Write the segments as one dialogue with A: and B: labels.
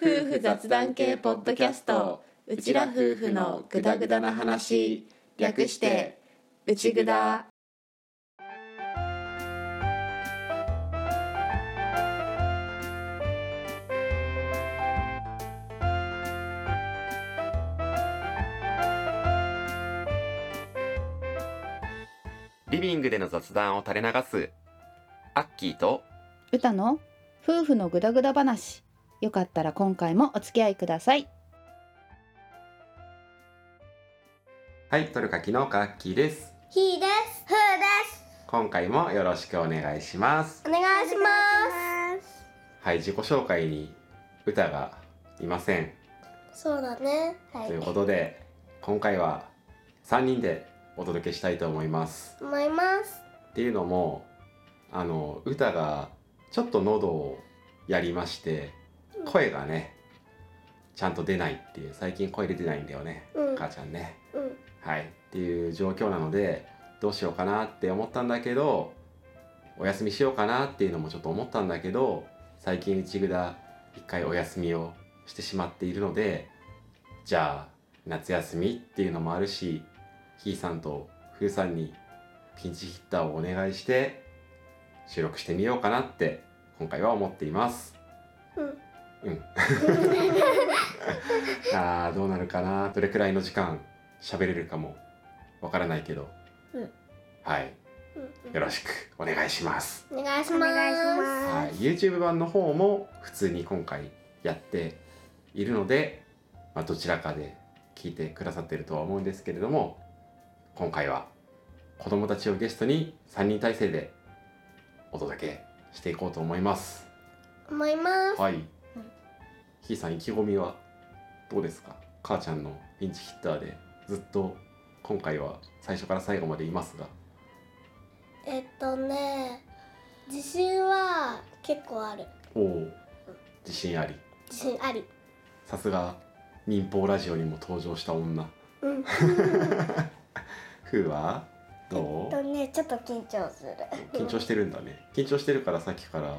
A: 婦雑談系ポッドキャストうちら夫婦のグダグダな話略してうちぐだ
B: リビングでの雑談を垂れ流すアッキーと
C: 歌の夫婦のグダグダ話よかったら今回もお付き合いください
B: はいトルカキのカッキーです
D: ひーです。ふーです。
B: 今回もよろしくお願いします
D: お願いします。
B: はい自己紹介に歌がいません
D: そうだね。は
B: ということで今回は3人でお届けしたいと思います
D: 思います。
B: っていうのもあの歌がちょっと喉をやりまして声がねちゃんと出ないっていう最近声出てないんだよね、
D: うん
B: 母ちゃんね
D: うん。
B: はいっていう状況なのでどうしようかなって思ったんだけどお休みしようかなっていうのもちょっと思ったんだけど最近内ぐだ一回お休みをしてしまっているのでじゃあ夏休みっていうのもあるしひーさんとふーさんにピンチヒッターをお願いして収録してみようかなって今回は思っています。
D: うん。
B: あーどうなるかなどれくらいの時間喋れるかもわからないけど、
D: うん
B: はいよろしくお願いします、
D: お願いします。
B: はい、YouTube 版の方も普通に今回やっているので、まあ、どちらかで聞いてくださってるとは思うんですけれども今回は子供たちをゲストに3人体制でお届けしていこうと思います
D: 思います。
B: はい。ひーさん意気込みはどうですか。母ちゃんのピンチヒッターでずっと今回は最初から最後までいますが、
D: えっとね、自信は結構ある。
B: おお自信あり。
D: 自信あり。
B: さすが民放ラジオにも登場した女。
D: うん。
B: ふーはどう？
D: ね、ちょっと緊張する。
B: 緊張してるんだね。緊張してるからさっきから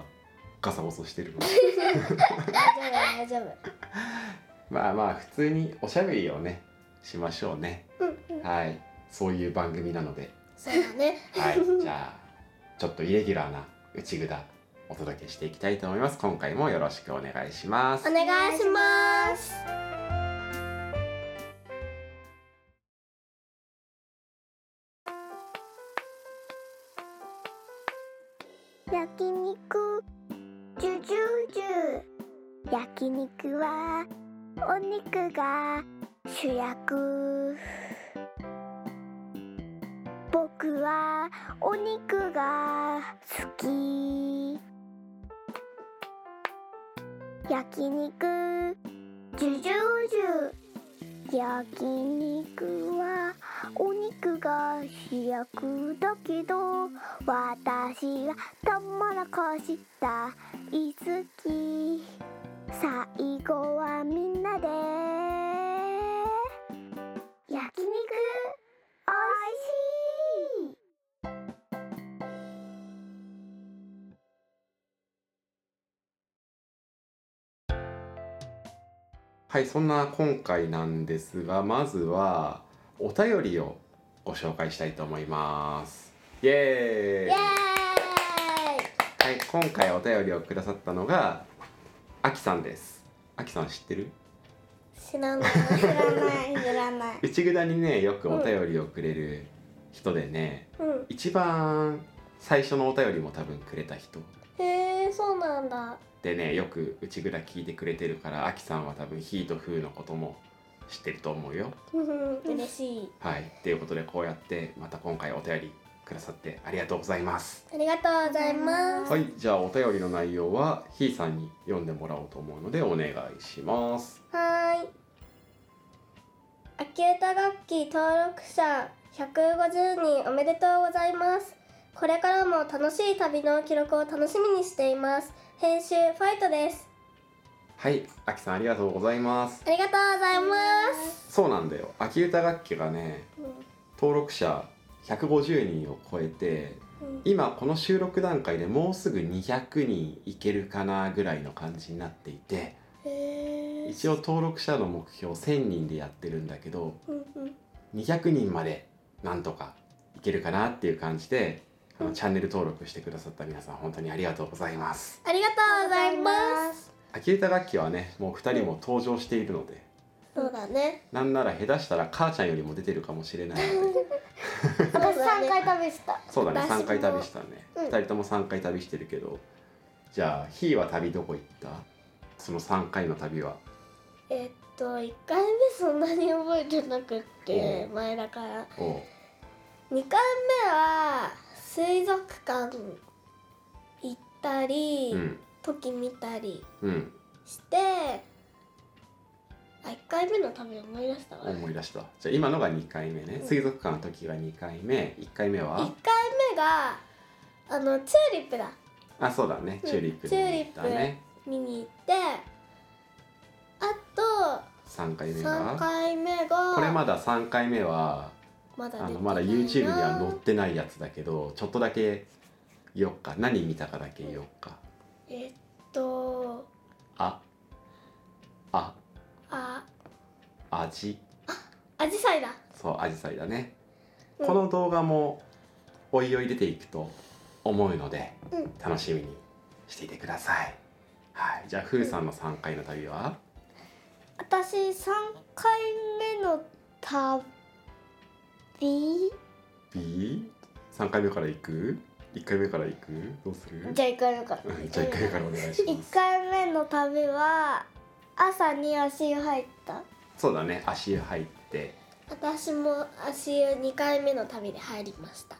B: ガサゴソして るの。
D: 大丈夫、大丈
B: まあまあ普通におしゃべりをねしましょうね。
D: 夫。うん。
B: はい。そういう番組なので。
D: そうだね。
B: はい、じゃあちょっとイレギュラーな内ぐだお届けしていきたいと思います。今回もよろしくお願いします
D: お。願いします。
E: 焼肉ジュジュジュ焼肉はお肉が主役僕はお肉が好き焼肉ジュジュジュ焼肉はお肉が主役だけど私がたまらかしたい好き最後はみんなで焼肉おいしい
B: はい、そんな今回なんですが、まずはお便りをご紹介したいと思います。イエーイ。
D: イエーイ。
B: はい、今回お便りをくださったのがあきさんです。あきさん知ってる？
D: 知らない。知らない。知らない。
B: 内ぐだにねよくお便りをくれる人でね、
D: うん。
B: 一番最初のお便りも多分くれた人。
D: へえ、そうなんだ。
B: でねよく内蔵聞いてくれてるからアキさんは多分ヒーとフーのことも知ってると思うよ。
D: 嬉しい。
B: はい、ということでこうやってまた今回お便りくださってありがとうございます。
D: ありがとうございます。
B: はいじゃあお便りの内容はヒーさんに読んでもらおうと思うのでお願いします。
D: はーい。秋歌楽器登録者150人おめでとうございます。これからも楽しい旅の記録を楽しみにしています。編集ファイトです。
B: はいアキさんありがとうございます。
D: ありがとうございます。
B: そうなんだよ秋歌楽器がね登録者150人を超えて
D: うん
B: 今この収録段階でもうすぐ200人いけるかなぐらいの感じになっていて。
D: へ
B: 一応登録者の目標1,000人でやってるんだけど
D: うんうん
B: 200人までなんとかいけるかなっていう感じであのチャンネル登録してくださった皆さん本当にありがとうございます。
D: ありがとうございます
B: 呆れた楽器はねもう2人も登場しているので
D: そうだね
B: なんなら下手したら母ちゃんよりも出てるかもしれないの で
D: そう
E: 私
D: だ
E: 三
D: ね
E: 回旅した。
B: そうだね
D: 私も
B: 3回旅したね、
D: うん
B: 2人とも3回旅してるけどじゃあひーは旅どこ行ったその3回の旅は
D: えっと1回目そんなに覚えてなくって前だから
B: おう
D: 2回目は水族館行ったり、
B: うん
D: 時見たり
B: うん
D: してあ1回目の旅思い出したわ
B: 思い出したじゃあ今のが2回目ね水族館の時が2回目1回目
D: 1
B: は
D: 回目があのチューリップだ
B: あそうだね
D: うん
B: チューリップ見に行ったね
D: 見に行ってあ
B: 3
D: と
B: 回目
D: 3
B: が
D: 回目が
B: これまだ3回目は
D: まだ出
B: あ
D: て
B: のまだ
D: ない
B: YouTube には載
D: な
B: ってないやつだけどちょっとだけ言おっか何見たかだけ言おっか
D: えっと
B: ああ
D: あ
B: 味
D: アジサイだ
B: そうアジサイだね、
D: うん
B: この動画もおいおい出ていくと思うので、
D: うん
B: 楽しみにしていてくださいはいじゃあふーさんの3回の旅は、
E: 私3回目の旅
B: B3 回目から行く1回目から行くどうする
E: じゃあ1回目から
B: うんじゃあ1回目からお願いしま
E: 1
B: す
E: 回目の旅は朝に足湯入った
B: そうだね足湯入って
D: 私も足湯2回目の旅で入りました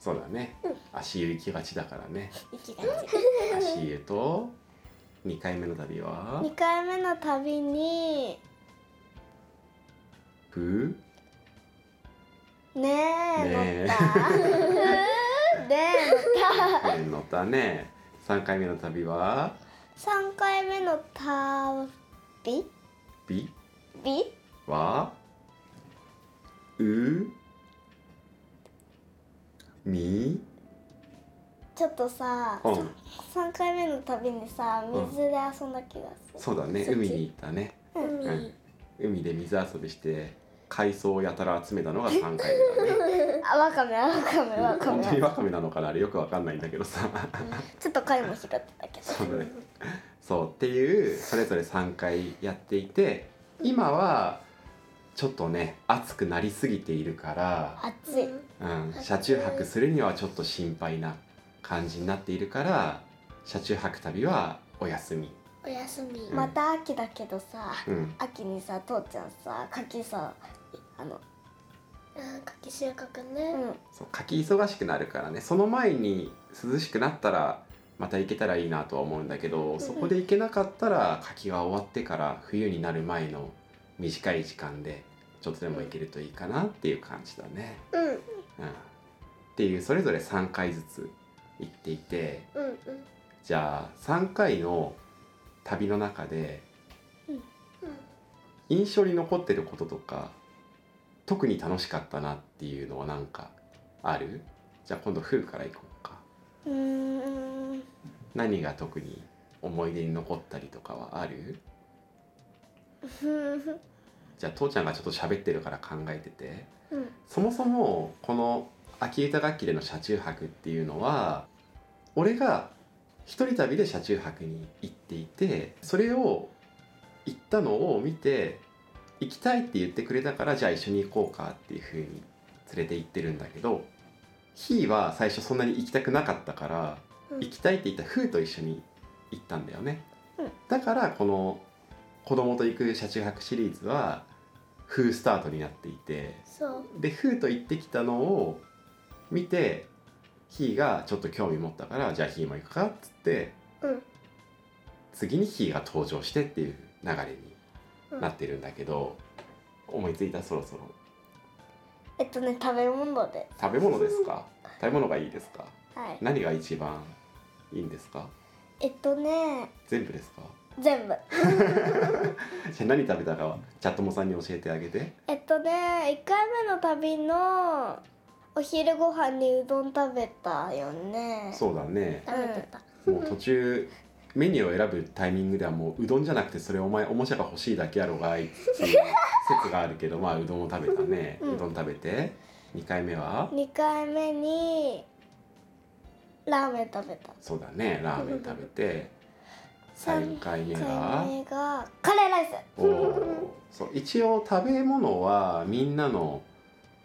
B: そうだね、足湯行きがちだからね
D: 息が違う
B: 足湯と2回目の旅は
E: 2回目の旅に
B: ふ
E: ね
B: ー
E: え
B: ねえ
E: 乗ったねえ乗った
B: 船に乗ったね3回目の旅は
E: 3回目の旅
B: 美
E: び
B: はうみ
E: ちょっとさ
B: うん
E: 3回目の旅にさ水で遊んだ気がする
B: そうだね
D: そっち
B: 海に行ったね、
D: 海、
B: うん、海で水遊びして海藻をやたら集めたのが3回目だね
E: あわかめわかめわか
B: 本当に
E: め
B: ワカメなのかなあれよくわかんないんだけどさ
E: ちょっと貝も拾ってたけど
B: そうだねそうっていうそれぞれ3回やっていて今はちょっとね暑くなりすぎているから
E: 暑い
B: うん、車中泊するにはちょっと心配な感じになっているから車中泊旅はお休み、
D: お休み、
B: うん
E: また秋だけどさ
B: うん、
E: 秋にさ父ちゃんさ柿さあの
D: うん、柿収穫ね、
E: うん
B: そう柿忙しくなるからねその前に涼しくなったらまた行けたらいいなとは思うんだけどそこで行けなかったら柿が終わってから冬になる前の短い時間でちょっとでも行けるといいかなっていう感じだね。
D: うんうん
B: うん、っていうそれぞれ3回ずつ行っていて。
D: うん
B: じゃあ3回の旅の中で、印象に残ってることとか特に楽しかったなっていうのは何かあるじゃあ今度フーから行こうか
E: うーん
B: 何が特に思い出に残ったりとかはあるじゃあ父ちゃんがちょっと喋ってるから考えてて、
D: うん
B: そもそもこの秋歌楽器での車中泊っていうのは俺が一人旅で車中泊に行っていてそれを行ったのを見て行きたいって言ってくれたからじゃあ一緒に行こうかっていう風に連れて行ってるんだけどひーは最初そんなに行きたくなかったから、
D: うん
B: 行きたいって言ったふーと一緒に行ったんだよね、
E: うん
B: だからこの「子供と行く車中泊」シリーズはふースタートになっていて
D: そう
B: でフーと行ってきたのを見てヒーがちょっと興味持ったからじゃあヒーも行くかっつって、
D: うん
B: 次にヒーが登場してっていう流れ
D: う
B: に
D: ん
B: なってるんだけど、思いついたそろそろ
E: えっとね食べ物で
B: 食べ物ですか食べ物がいいですか
E: はい
B: 何が一番いいんですか
E: えっとね
B: 全部ですか
E: 全部
B: じゃあ何食べたかはチャットモさんに教えてあげて
E: えっとね1回目の旅のお昼ご飯にうどん食べたよね
B: そうだね
D: 食べてた、
B: もう途中メニューを選ぶタイミングではもううどんじゃなくてそれお前おもちゃが欲しいだけやろがいっていう説があるけどまあうどんを食べたね、う
D: うん
B: どん食べて2回目は
D: 2回目にラーメン食べた
B: そうだねラーメン食べて3回目
D: 1
B: が
D: 回目がカレーライス
B: おーそう一応食べ物はみんなの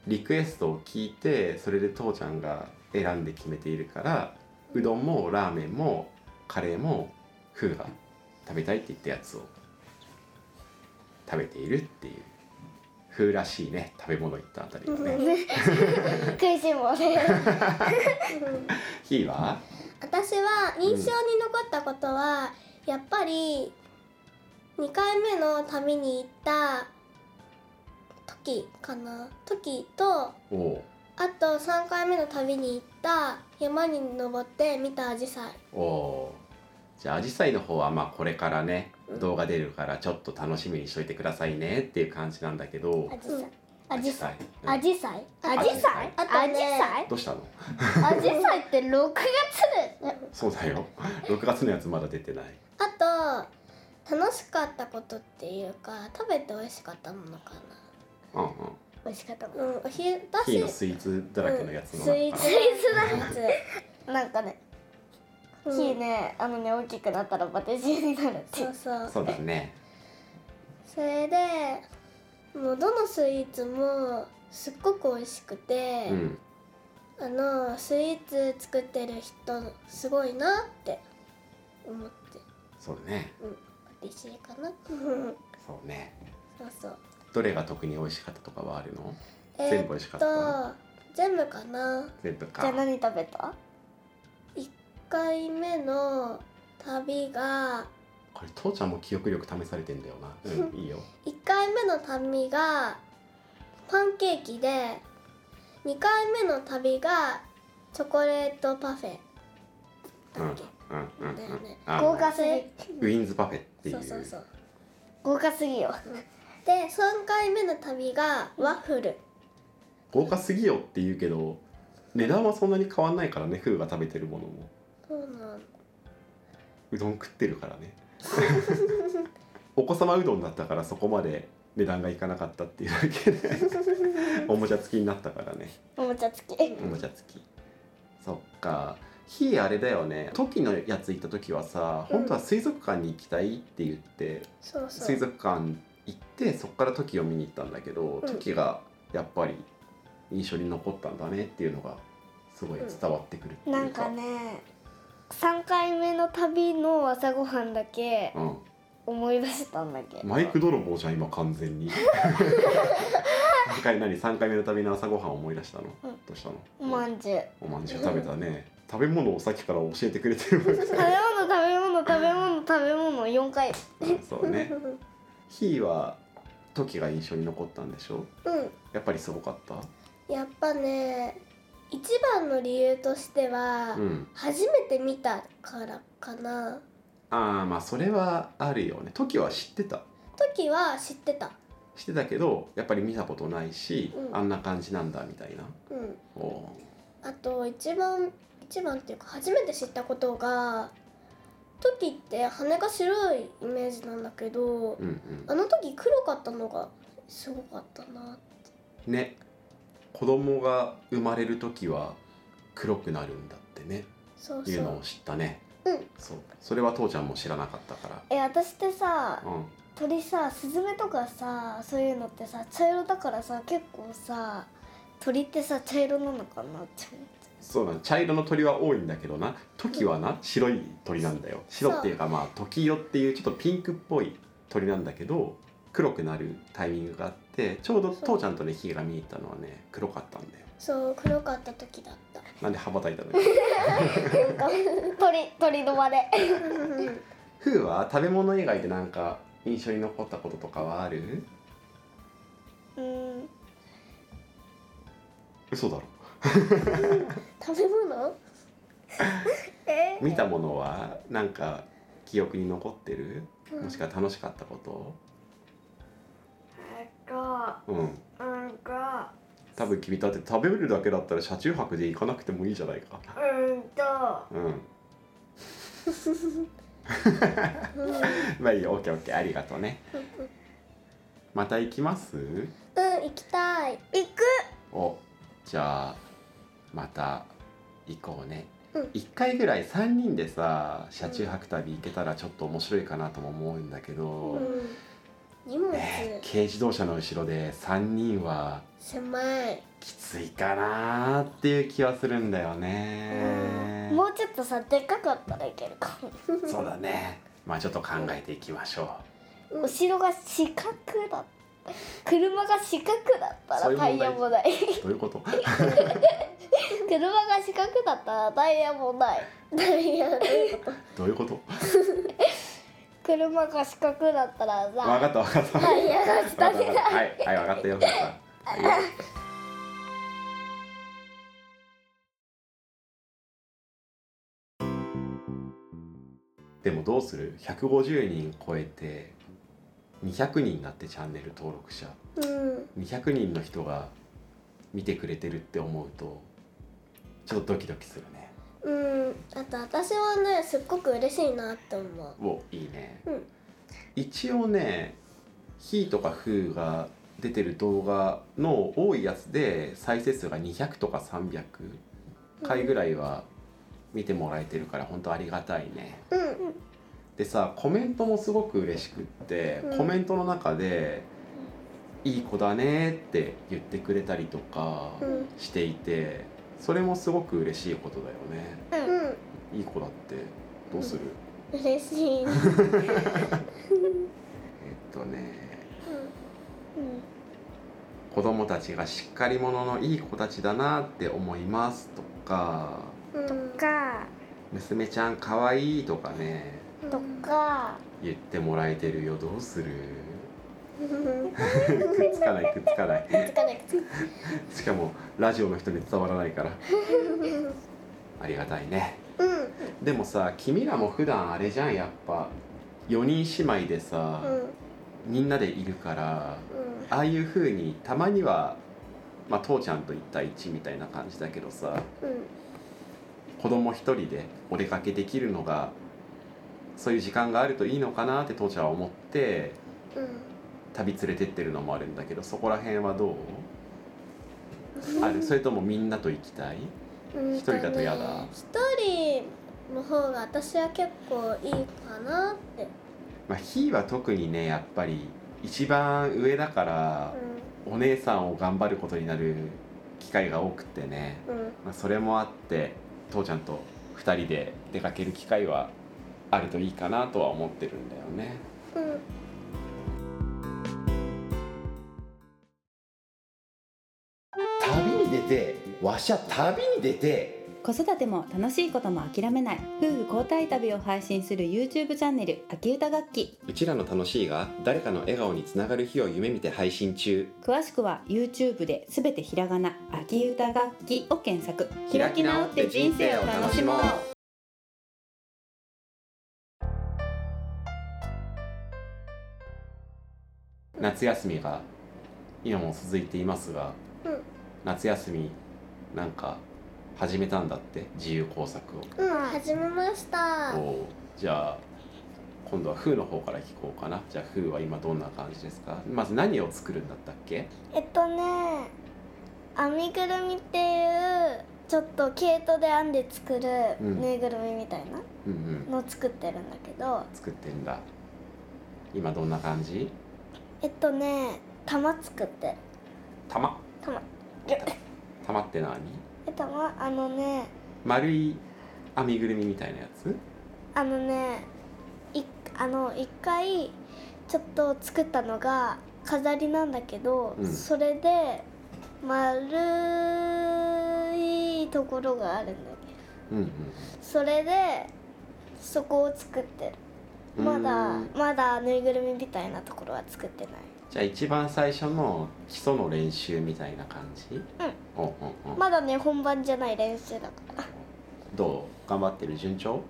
B: リクエストを聞いてそれで父ちゃんが選んで決めているからうどんもラーメンもカレーもフーが食べたいって言ったやつを食べているっていうフーらしいね食べ物言ったあたりがね。
D: 食いしん坊ね
B: ひーは
D: 私は印象に残ったことは、やっぱり2回目の旅に行った時かな時と
B: おお
D: あと3回目の旅に行った山に登って見たアジサイ
B: おおーじゃあアジサイの方はまあこれからね動画出るからちょっと楽しみにしといてくださいねっていう感じなんだけど
E: あじさい
B: ア
E: あじ
B: ジ
E: さい
B: サイ
E: あ
B: ア
E: じさいあ
B: ジ
E: じ
B: サ
E: さ
B: イ
E: い
D: あ
E: あ
D: とね
E: じさい
B: どうしたの
E: あじさいって6月で
B: そうだよ6月のやつまだ出てない
D: あと楽しかったことっていうか食べて美味しかったものか
B: うんうん
E: 美味しかったもん
D: なうんおひ
B: キー
D: 私
B: のスイーツだらけのやつの
D: スイー
B: 中
D: ツ
B: か
E: イー
D: スイ
E: なんかね
D: ーツ
E: 木ねあのね大きくなったらバテジになるって
D: そうそ
B: ら
D: う
B: そうだね
D: それでもうどのスイーツもすっごく美味しくて、
B: うん
D: あのスイーツ作ってる人すごいなって思って
B: そうだね
D: 嬉しいか なそう
B: そうね
D: そう
B: どれが特に美味しかったとかはあるの
D: え
B: 全部美味しかった
D: と全部かな
B: 全部
E: じゃ
B: か
E: あ何食べた
D: 1回目の旅が
B: これ父ちゃんも記憶力試されてんだよなうんいいよ
D: 1回目の旅がパンケーキで2回目の旅がチョコレートパフェ
B: うんうん
D: だっけ
B: うんうん
D: だよね
B: あ
E: 豪華すぎ
B: ウィンズパフェってい
D: そううそうそう
E: 豪華すぎよ
D: で3回目の旅がワッフル
B: 豪華すぎよって言うけど値段はそんなに変わんないからねフーが食べてるものも
D: そうなん
B: うどん食ってるからねお子様うどんだったからそこまで値段がいかなかったっていうだけでおもちゃ付きになったからね
E: おもちゃ付き
B: おもちゃ付きそっかひあれだよねトキのやつ行った時はさ本当は水族館に行きたいって言って、
D: そうそう
B: 水族館行ってそっからトキを見に行ったんだけど、
D: うん
B: トキがやっぱり印象に残ったんだねっていうのがすごい伝わってくるっていう
E: なんかね3回目の旅の朝ごはんだけ
B: うん
E: 思い出したんだけど
B: マイク泥棒じゃん今完全に一回何3回目の旅の朝ごはん思い出したの、
E: うん
B: どうしたの
E: おまんじゅう
B: おまんじゅう食べたね食べ物をさっきから教えてくれてるわ
E: 食べ物食べ物食べ物食べ物4回
B: けそうねひーは時が印象に残ったんでしょ
D: う
B: やっぱりすごかった
D: んやっぱね一番の理由としては、
B: うん
D: 初めて見たからかな
B: ああまあそれはあるよね時は知ってた
D: 時は知ってた
B: 知ってたけどやっぱり見たことないし、
D: うん
B: あんな感じなんだみたいな
D: うん
B: お
D: あと一番一番っていうか初めて知ったことが時って羽が白いイメージなんだけど
B: ーうん
D: あの時黒かったのがすごかったな
B: うんね子供が生まれる時は黒くなるんだってね
D: そう
B: い
D: そう
B: のを
D: う
B: 知ったね
D: うん
B: そうそれは父ちゃんも知らなかったか
E: え私ってさ
B: らうん
E: 鳥さスズメとかさそういうのってさ茶色だからさ結構さ鳥ってさ茶色なのかなって思って
B: そうなの茶色の鳥は多いんだけどな時はな白い鳥なんだよ白っていうかまあ時色っていうちょっとピンクっぽい鳥なんだけど黒くなるタイミングがあってちょうど父ちゃんとねヒーが見に行ったのはね黒かったんだよ
D: そう黒かった時だった
B: なんで羽ばたいたのよ
E: 鳥鳥のまで
B: フーは食べ物以外でなんか印象に残ったこととかはある
E: うん
B: 嘘だろ
D: 食べ物
E: え
B: 見たものはなんか記憶に残ってるもしくは楽しかったこ
E: えっと
B: とうん
E: うんと
B: 多分君だって食べるだけだったら車中泊で行かなくてもいいじゃないか
E: うんと
B: うん
E: うん、うん、
B: まあいいよオッケーオッケーありがとうねまた行きます
E: 行きたい行く
B: おじゃあまた行こうね、
E: うん
B: 一回ぐらい3人でさ車中泊旅行けたらちょっと面白いかなとも思うんだけど、
E: うん荷物
B: ね軽自動車の後ろで3人は
E: 狭い
B: きついかなーっていう気はするんだよね、
E: もうちょっとさでかかったらいけるかも
B: そうだねまあちょっと考えていきましょう
E: 後ろが四角だった車が四角だった
B: そうい
E: ら
B: う
E: タ
B: 問題
E: イヤもない
B: どういうこと
E: 車が四角だったらタイヤもないタイヤ
B: どういうこと
E: 車が四角だったら
B: わか
E: さ
B: ったわかった
E: タイヤが下
B: わかったわか
E: に
B: っ
E: な
B: た
E: い
B: はいはいわかったよかったはいよでもどうする150人超えて200人になってチャンネル登録者
E: うん
B: 200人の人が見てくれてるって思うとちょっとドキドキするね
E: うんあと私はねすっごく嬉しいなって思う
B: おいいね、
E: うん
B: 一応ね「ひ」とか「ふ」が出てる動画の多いやつで再生数が200とか300回ぐらいは見てもらえてるから本当ありがたいね。
E: うん
B: でさコメントもすごく嬉しくって、
E: うん
B: コメントの中で「いい子だね」って言ってくれたりとか
E: うん
B: していてそれもすごく嬉しいことだよね。
E: うん、うん
B: いい子だってどうする、
E: 嬉しい、うん、
B: えっとね子供たちがしっかり者のいい子たちだなって思いますとか
E: うん
D: か
B: 娘ちゃんかわいいとかね
E: とか、
B: 言ってもらえてるよどうする
E: うん、くっ
B: くっつかないくっつかない
E: つかないくっつか
B: しかもラジオの人に伝わらないから
E: ない
B: ありがたいね
E: うん
B: でもさ君らも普段あれじゃんやっぱ4人姉妹でさ、
E: うん
B: みんなでいるからああいう風にたまにはまあ父ちゃんと1対1みたいな感じだけどさ、
E: うん
B: 子供一人でお出かけできるのがそういう時間があるといいのかなって父ちゃんは思って
E: う
B: 旅連れてってるのもあるんだけどそこら辺はどうあるそれともみんなと行きたい
E: ん、
B: 一人だと嫌だ
E: 一人の方が私は結構いいかなって、
B: まあひは特にねやっぱり一番上だからお姉さんを頑張ることになる機会が多くてね、
E: うんうん、
B: まあ、それもあって父ちゃんと二人で出かける機会はあるといいかなとは思ってるんだよね。
E: うん、
B: 旅に出てわしゃ旅に出て
C: 子育ても楽しいことも諦めない夫婦交代旅を配信する YouTube チャンネル「秋歌楽器
B: うちらの楽しいが誰かの笑顔につながる日を夢見て配信中」
C: 詳しくは YouTube で「すべてひらがな秋歌楽器」を検索
B: 開き直って人生を楽しもう夏休みが今も続いていますが、
E: うん
B: 夏休みなんか始めたんだって自由工作を、
E: うん、始めました。
B: おうじゃあ今度は風の方から聞こうかなじゃあ風は今どんな感じですかまず何を作るんだったっけ
E: えっとね、編みぐるみっていうちょっと毛糸で編んで作る
B: うん
E: ぬいぐるみみたい
B: うんうん
E: なのを作ってるんだけど、
B: 作ってんだ今どんな感じ
E: えっとね、玉作ってる。
B: 玉
E: 玉。
B: 玉って何
E: え玉あのね、
B: 丸い編みぐるみみたいなやつ
E: あのねいあの一回ちょっと作ったのが飾りなんだけど、
B: うん
E: それで丸いところがあるんだ
B: う
E: け
B: んうん
E: どそれでそこを作ってる
B: うーん
E: まだまだぬいぐるみみたいなところは作ってない
B: じゃあ一番最初の基礎の練習みたいな感じうんうんうん、
E: まだね本番じゃない練習だから
B: どう頑張ってる順調うん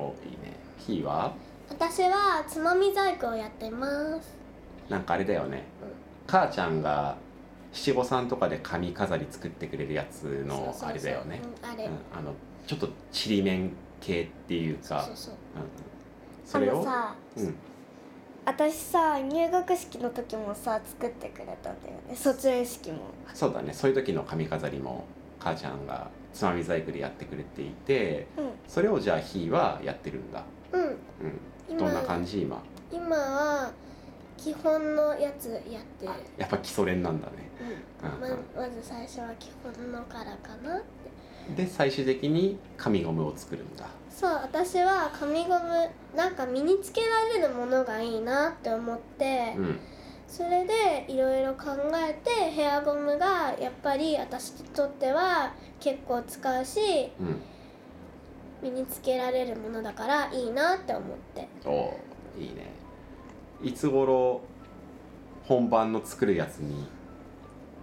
B: おいいねひーは
E: 私はつまみ細工をやってます
B: なんかあれだよね母ちゃんが七五三とかで髪飾り作ってくれるやつのあれだよね
E: あ
B: うんあのちょっとちりめん系っていうか
E: そ
B: う
E: う
B: んそれを
E: あのさ
B: うん
E: 私さ入学式の時もさ作ってくれたんだよね卒園式も
B: そうだねそういう時の髪飾りも母ちゃんがつまみ細工でやってくれていて
E: う
B: それをじゃあひーはやってるんだ、
E: んうん
B: うん、どんな感じ今
E: 今は基本のやつやってる、
B: やっぱ基礎練なんだね、
E: うん
B: うん
E: ま
B: う、
E: まず最初は基本のからかなん
B: で最終的に紙ゴムを作るんだ
E: そう私は紙ゴムなんか身につけられるものがいいなって思って、
B: うん
E: それでいろいろ考えてヘアゴムがやっぱり私にとっては結構使うし
B: うん
E: 身につけられるものだからいいなって思って
B: おーいいねいつ頃本番の作るやつに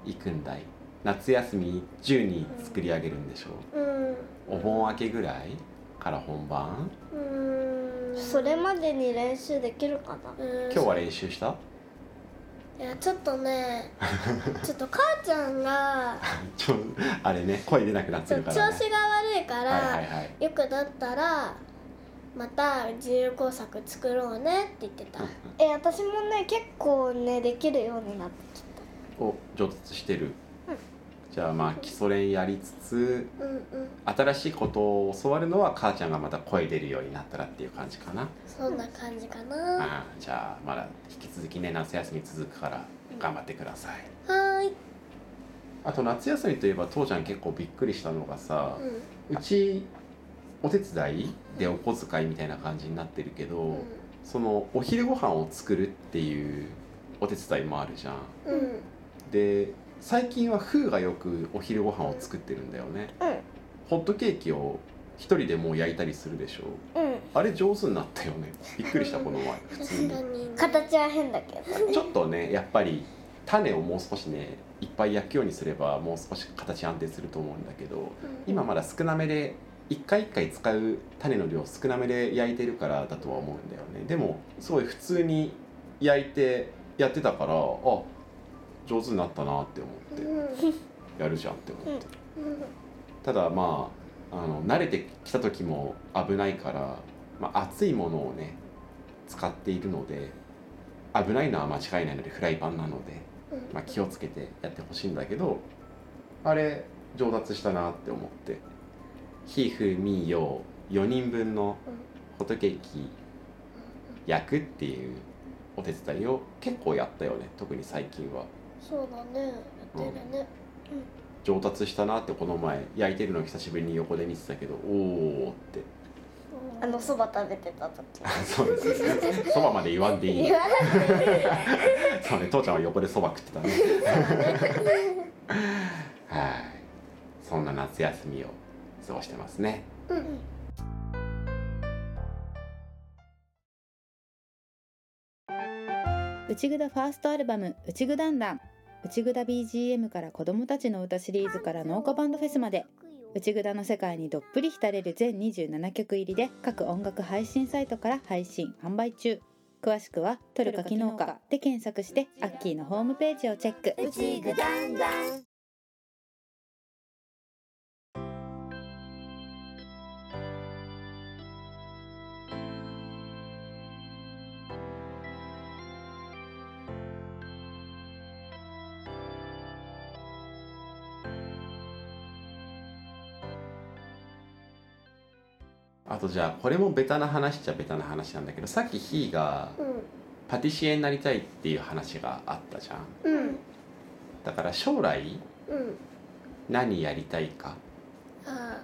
B: 行くんだい夏休み中に作り上げるんでしょ
E: うん
B: うお盆明けぐらいから本番
E: うーん
F: それまでに練習できるかな
E: うん
B: 今日は練習した
E: いやちょっと ねちょっと母ちゃんが
B: ちょあれね声出なくなって
E: ちょ
B: る
E: 調
B: か
E: 子
B: ら、
E: が
B: ね、
E: 悪いから、
B: はいはいはい
E: よくなったらまた自由工作作ろうねって言ってた
F: え私もね結構ねできるようになってき
B: お上達してる、じゃあまあ基礎練やりつつ
E: うんうん
B: 新しいことを教わるのは母ちゃんがまた声出るようになったらっていう感じかな、
E: そんな感じかな、は
B: あーじゃあまだ引き続きね夏休み続くから頑張ってください、
E: ーい、
B: あと夏休みといえば父ちゃん結構びっくりしたのがさ
E: う、ん
B: うちお手伝いでお小遣いみたいな感じになってるけど、そのお昼ご飯を作るっていうお手伝いもあるじゃん
E: うんうん
B: で最近はフーがよくお昼ご飯を作ってるんだよね、
F: うん
B: ホットケーキを一人でもう焼いたりするでしょ
F: たうん
B: あれ上手になったよねびっくりしたこの前普通
E: 確
B: に
E: かにね
F: 形は変だけど
B: ちょっとねやっぱり種をもう少しねいっぱい焼くようにすればもう少し形安定すると思うんだけど
E: うん
B: 今まだ少なめで一回一回使う種の量少なめで焼いてるからだとは思うんだよねでもすごい普通に焼いてやってたからあ上手になったなって思
E: う
B: っ
E: ん
B: てやるじゃんって思って
E: うん
B: ただまああの慣れてきた時も危ないから、まあ、熱いものをね使っているので危ないのは間違いないのでフライパンなので、
E: うん
B: まあ、気をつけてやってほしいんだけどあれ上達したなって思ってひーふーみーよー4人分のホットケーキ焼くっていうお手伝いを結構やったよね特に最近は。
E: そうだねやってるね
B: 上達したなってこの前焼いてるの久しぶりに横で見てたけどおおって
F: あのそば食べてた時
B: そうですねそばまで言わんでいい
F: 言わ
B: そうね父ちゃんは横でそば食ってたねはいそんな夏休みを過ごしてますね
E: うん
C: 内ぐだファーストアルバム「内ぐだんだん」内ぐだ BGM から子どもたちの歌シリーズから農家バンドフェスまで内ぐだの世界にどっぷり浸れる全27曲入りで各音楽配信サイトから配信販売中詳しくは「トルカ機能か」で検索してアッキーのホームページをチェック
D: うちぐだんだん
B: あとじゃあこれもベタな話っちゃベタな話なんだけどさっきひーがパティシエになりたいっていう話があったじゃん
E: うんうん
B: だから将来
E: うん
B: 何やりたいか
E: あ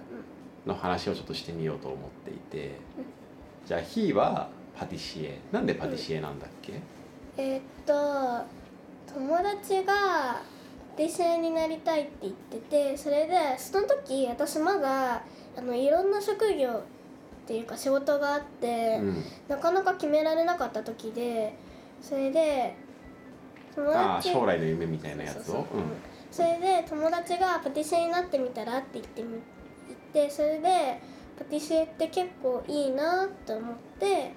B: の話をちょっとしてみようと思っていて、じゃあひーはパティシエなんでパティシエなんだっけ、
E: ーえーっと友達がディシになりたいって言っててそれでその時私まだあのいろんな職業っていうか仕事があって、
B: うん
E: なかなか決められなかった時でそれで友
B: ああ将来の夢みたいなやつ
E: そうそう
B: を
E: そうそれで友達がパティシエになってみたらって言ってみ言ってそれでパティシエって結構いいなと思って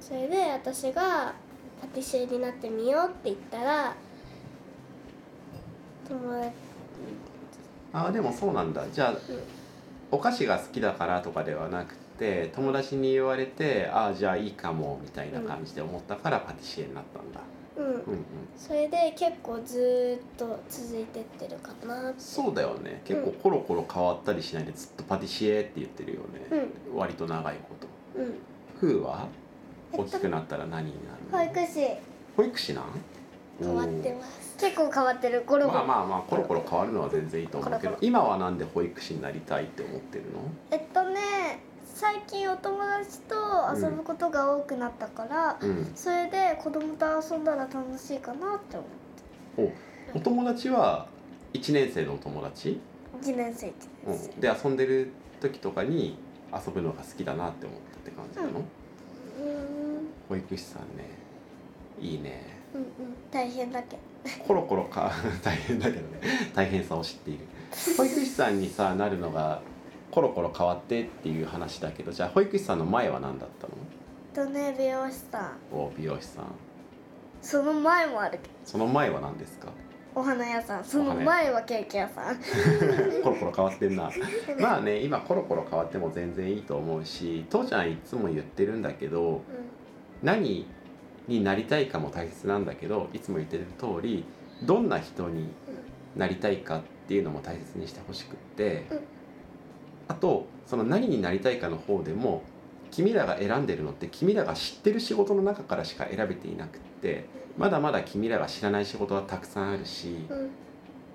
E: それで私がパティシエになってみようって言ったら友達
B: ああでもそうなんだじゃあお菓子が好きだからとかではなくって友達に言われてああじゃあいいかもみたいな感じで思ったからパティシエになったんだ、
E: うん
B: うんうん、
E: それで結構ずーっと続いてってるかなって
B: そうだよね結構コロコロ変わったりしないでずっとパティシエって言ってるよね、割と長いこと
E: うんうん
B: ふーは
F: えっと
B: 大きくなったら何になるの
F: 保育士
B: 保育士なん
E: 変わって
B: おー
E: ます
F: 結構変わってるゴロゴロ、
B: まあまあまあコロコロ変わるのは全然いいと思う
F: コ
B: け
F: ロ
B: ど
F: コ
B: 今はなんで保育士になりたいって思ってるの
F: えっとね最近お友達と遊ぶことが多くなったから、
B: うん
F: それで子供と遊んだら楽しいかなって思う
B: お友達は1年生のお友達、
F: 1年生1
B: う
F: 年生、
B: ん、で遊んでる時とかに遊ぶのが好きだなって思ったって感じなの、
E: うーん
B: 保育士さんねいいね
E: うんうん
F: 大変だけど
B: コロコロか大変だけどね 大変さを知っている保育士さんにさなるのがコロコロ変わってっていう話だけどじゃあ保育士さんの前は何だったの
F: えっとね美容師さん
B: お美容師さん
F: その前もあるけど
B: その前は何ですか
F: お花屋さんその前はケーキ屋さん
B: コロコロ変わってんなまあね今コロコロ変わっても全然いいと思うし父ちゃんいつも言ってるんだけど何になりたいかも大切なんだけどいつも言ってる通りどんな人になりたいかっていうのも大切にしてほしくって、
E: うん
B: あとその何になりたいかの方でも君らが選んでるのって君らが知ってる仕事の中からしか選べていなくってまだまだ君らが知らない仕事はたくさんあるし、
E: うん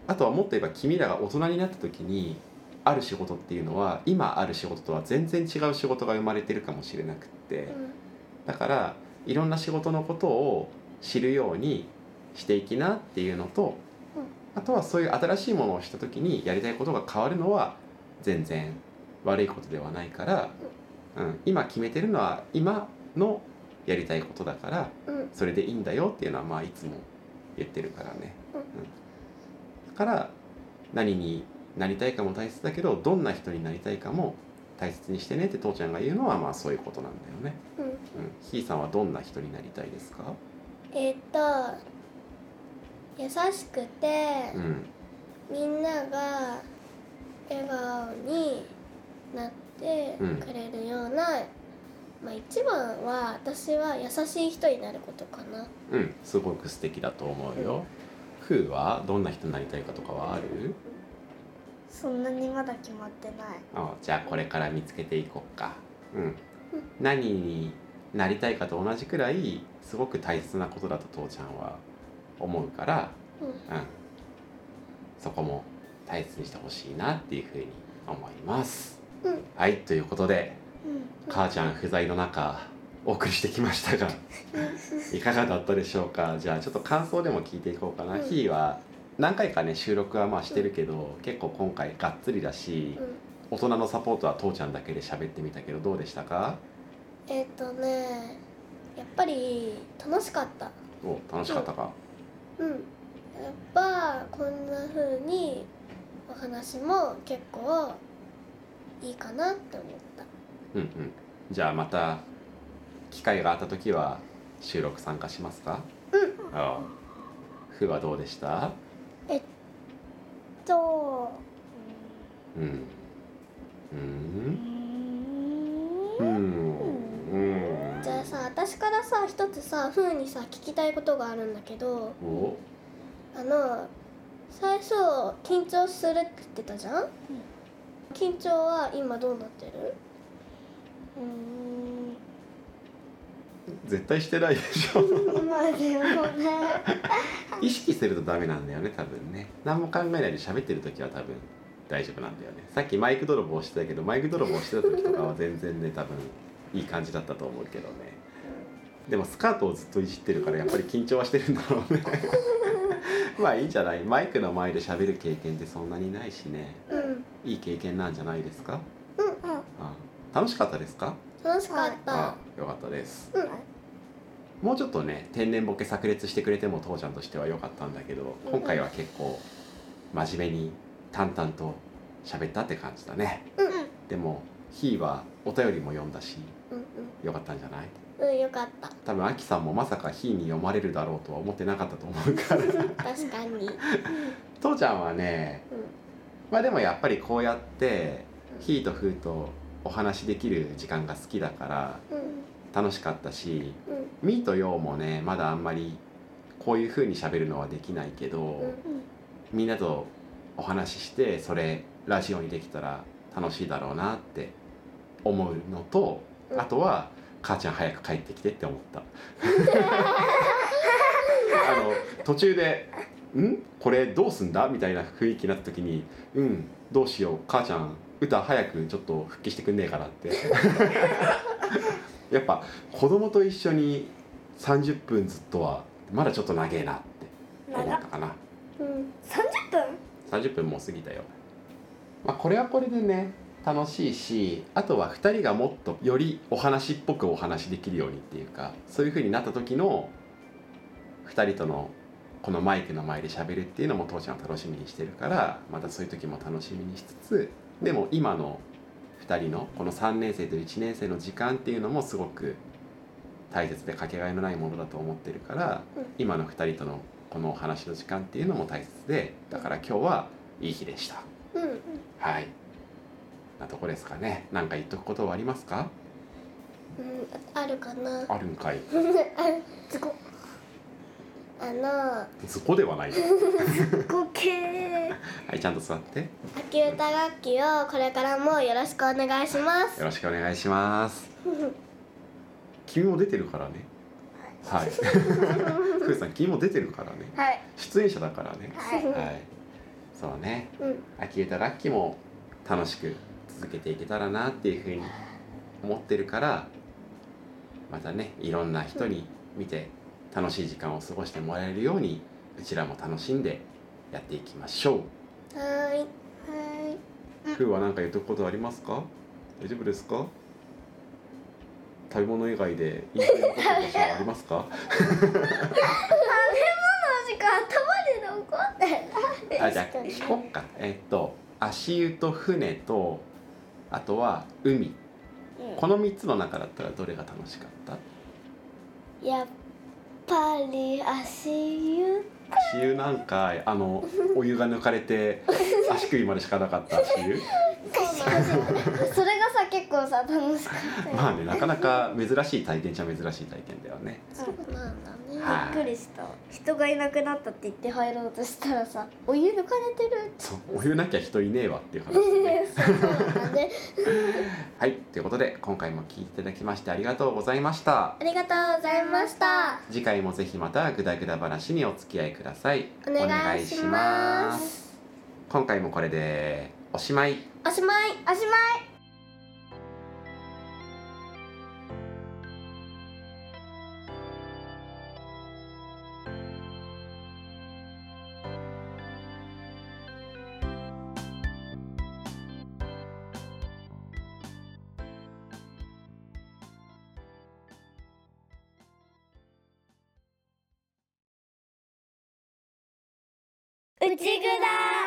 B: あとはもっと言えば君らが大人になった時にある仕事っていうのは今ある仕事とは全然違う仕事が生まれてるかもしれなくって。だからいろんな仕事のことを知るようにしていきなっていうのと、
E: うん
B: あとはそういう新しいものをした時にやりたいことが変わるのは全然悪いことではないから、うん、今決めてるのは今のやりたいことだから
E: うんうん
B: それでいいんだよっていうのはまあいつも言ってるからね。
E: うん
B: だから何になりたいかも大切だけどどんな人になりたいかも大切にしてねって父ちゃんが言うのはまあそういうことなんだよね。
E: うん
B: うん、ひーさんはどんな人になりたいですか？
E: えーっと優しくて
B: うん、
E: みんなが笑顔になってくれるような、まあ一番は私は優しい人になることかな
B: うん、すごく素敵だと思うよ。ふーはどんな人になりたいかとかはある？
F: そんなにまだ決まってない
B: あ、じゃあこれから見つけていこうか。うん。何になりたいかと同じくらいすごく大切なことだと父ちゃんは思うから、
E: うん
B: うん、そこも大切にしてほしいなっていうふうに思います。
E: うん
B: はいということで
F: うん
B: 母ちゃん不在の中お送りしてきましたがいかがだったでしょうかじゃあちょっと感想でも聞いていこうかな、
E: うん
B: ひーは何回かね収録はまあしてるけど、結構今回がっつりだし、
E: うん
B: 大人のサポートは父ちゃんだけで喋ってみたけどどうでしたか
E: えーっとねやっぱり楽しかった
B: お楽しかったか、
E: うんやっぱこんな風にお話も結構いいかなって思った
B: うん、うんじゃあまた機会があった時は収録参加しますかうんああふーはどうでした
F: と
B: うんうん
F: うーん
B: うんうん
E: じゃあさ私からさ一つさ風にさ聞きたいことがあるんだけど
B: お
E: あの最初緊張するって言ってたじゃん、緊張は今どうなってる
F: う
B: 絶対してないでしょ
F: ーんまあでもね
B: 意識するとダメなんだよね多分ね何も考えないで喋ってる時は多分大丈夫なんだよねさっきマイク泥棒してたけどマイク泥棒してた時とかは全然ね多分いい感じだったと思うけどねでもスカートをずっといじってるからやっぱり緊張はしてるんだろうねまあいいんじゃないマイクの前で喋る経験ってそんなにないしね
E: うん
B: いい経験なんじゃないですか
E: うんうん
B: あ楽しかったですか
E: 楽しかった、
B: あよかったです
E: うん
B: もうちょっとね天然ボケ炸裂してくれても父ちゃんとしては良かったんだけど今回は結構真面目に淡々と喋ったって感じだね、
E: う
B: でもひーはお便りも読んだし
E: うん
B: 良かったんじゃない
E: うんうんよかった
B: 多分あきさんもまさかひーに読まれるだろうとは思ってなかったと思うから
E: 確かに
B: 父ちゃんはねまあでもやっぱりこうやってひーとふーとお話しできる時間が好きだから
E: うん
B: 楽しかったし
E: うん
B: みーとようもねまだあんまりこういう風に喋るのはできないけど、
E: うん
B: みんなとお話ししてそれラジオにできたら楽しいだろうなって思うのと、
E: うん
B: あとは母ちゃん早く帰ってきてって思った。 あの途中で「んこれどうすんだ?」みたいな雰囲気になった時に「うんどうしよう母ちゃん歌早くちょっと復帰してくんねえかな」って やっぱ子供と一緒に30分ずっとはまだちょっと長えなって思ったかな。
E: うん
F: 30分
B: 30分もう過ぎたよ、まあ、これはこれでね楽しいしあとは2人がもっとよりお話っぽくお話できるようにっていうかそういう風になった時の2人とのこのマイクの前で喋るっていうのも父ちゃんは楽しみにしてるからまたそういう時も楽しみにしつつでも今の2人のこの3年生と1年生の時間っていうのもすごく大切でかけがえのないものだと思ってるから、
E: うん
B: 今の2人とのこのお話の時間っていうのも大切でだから今日はいい日でした
E: うん
B: はいなとこですかね何か言っとくことはありますか
E: うん あるかな
B: あるんかい
E: すごあの
B: そこではないよ
F: 合計
B: はいちゃんと座って
E: 秋歌楽器をこれからもよろしくお願いします
B: よろしくお願いします君も出てるからねはいふうさん君も出てるからね
F: はい
B: 出演者だからね
F: はい
B: はいそうね
E: うん
B: 秋歌楽器も楽しく続けていけたらなっていうふうに思ってるからまたねいろんな人に見て楽しい時間を過ごしてもらえるようにうちらも楽しんでやっていきましょ
E: は
B: う。ふうは何か言っとくことありますか大丈夫ですか食べ物以外で言いたいこととかありますか
F: しか頭で残ってる
B: あじゃあ聞こっかえっと足湯と船とあとは海この3つの中だったらどれが楽しかった
E: ーいやっぱり足湯
B: 足湯なんかあのお湯が抜かれて足首までしかなかった足湯
E: それがさ結構さ楽しかったよ
B: まあねなかなか珍しい体験じゃ珍しい体験だよね
E: そうなんだね
B: はい
F: びっくりした人がいなくなったって言って入ろうとしたらさお湯抜かれてる
B: そうお湯なきゃ人いねえわっていう話です ね
E: なんで
B: はいということで今回も聞いていただきましてありがとうございました
E: ありがとうございました
B: 次回もぜひまたグダグダ話にお付き合いください
E: お願いします
B: お願いします今回もこれでおしまい
E: おしまいおしまい
D: うちぐだ